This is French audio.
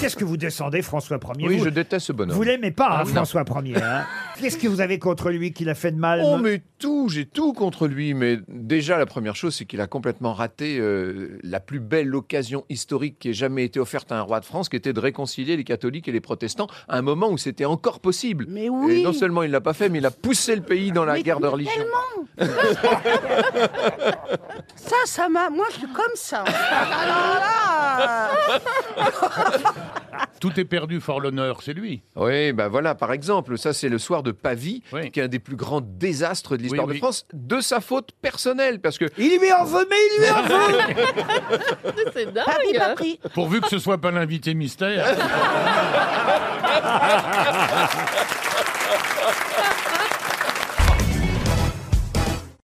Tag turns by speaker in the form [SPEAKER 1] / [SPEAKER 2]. [SPEAKER 1] Qu'est-ce que vous descendez François Ier
[SPEAKER 2] Oui,
[SPEAKER 1] Vous-
[SPEAKER 2] je déteste ce bonhomme.
[SPEAKER 1] Vous l'aimez pas, hein,
[SPEAKER 2] Ah, non.
[SPEAKER 1] François Ier. hein Qu'est-ce que vous avez contre lui qu'il a fait de mal
[SPEAKER 2] Oh mais tout, j'ai tout contre lui, mais déjà la première chose c'est qu'il a complètement raté euh, la plus belle occasion historique qui ait jamais été offerte à un roi de France, qui était de réconcilier les catholiques et les protestants à un moment où c'était encore possible.
[SPEAKER 3] Mais oui.
[SPEAKER 2] Et non seulement il l'a pas fait, mais il a poussé le pays dans la guerre de religion.
[SPEAKER 3] Ça, ça m'a. Moi, je suis comme ça. Alors là.
[SPEAKER 4] Tout est perdu, fort l'honneur, c'est lui.
[SPEAKER 2] Oui, ben voilà, par exemple, ça c'est le soir de Pavie,
[SPEAKER 4] Oui.
[SPEAKER 2] qui est un des plus grands désastres de l'histoire
[SPEAKER 4] Oui, oui.
[SPEAKER 2] de France, de sa faute personnelle, parce que
[SPEAKER 1] Il lui en veut, mais il lui en veut
[SPEAKER 5] C'est
[SPEAKER 3] Papi,
[SPEAKER 5] dingue.
[SPEAKER 3] papi.
[SPEAKER 4] Pourvu que ce soit pas l'invité mystère.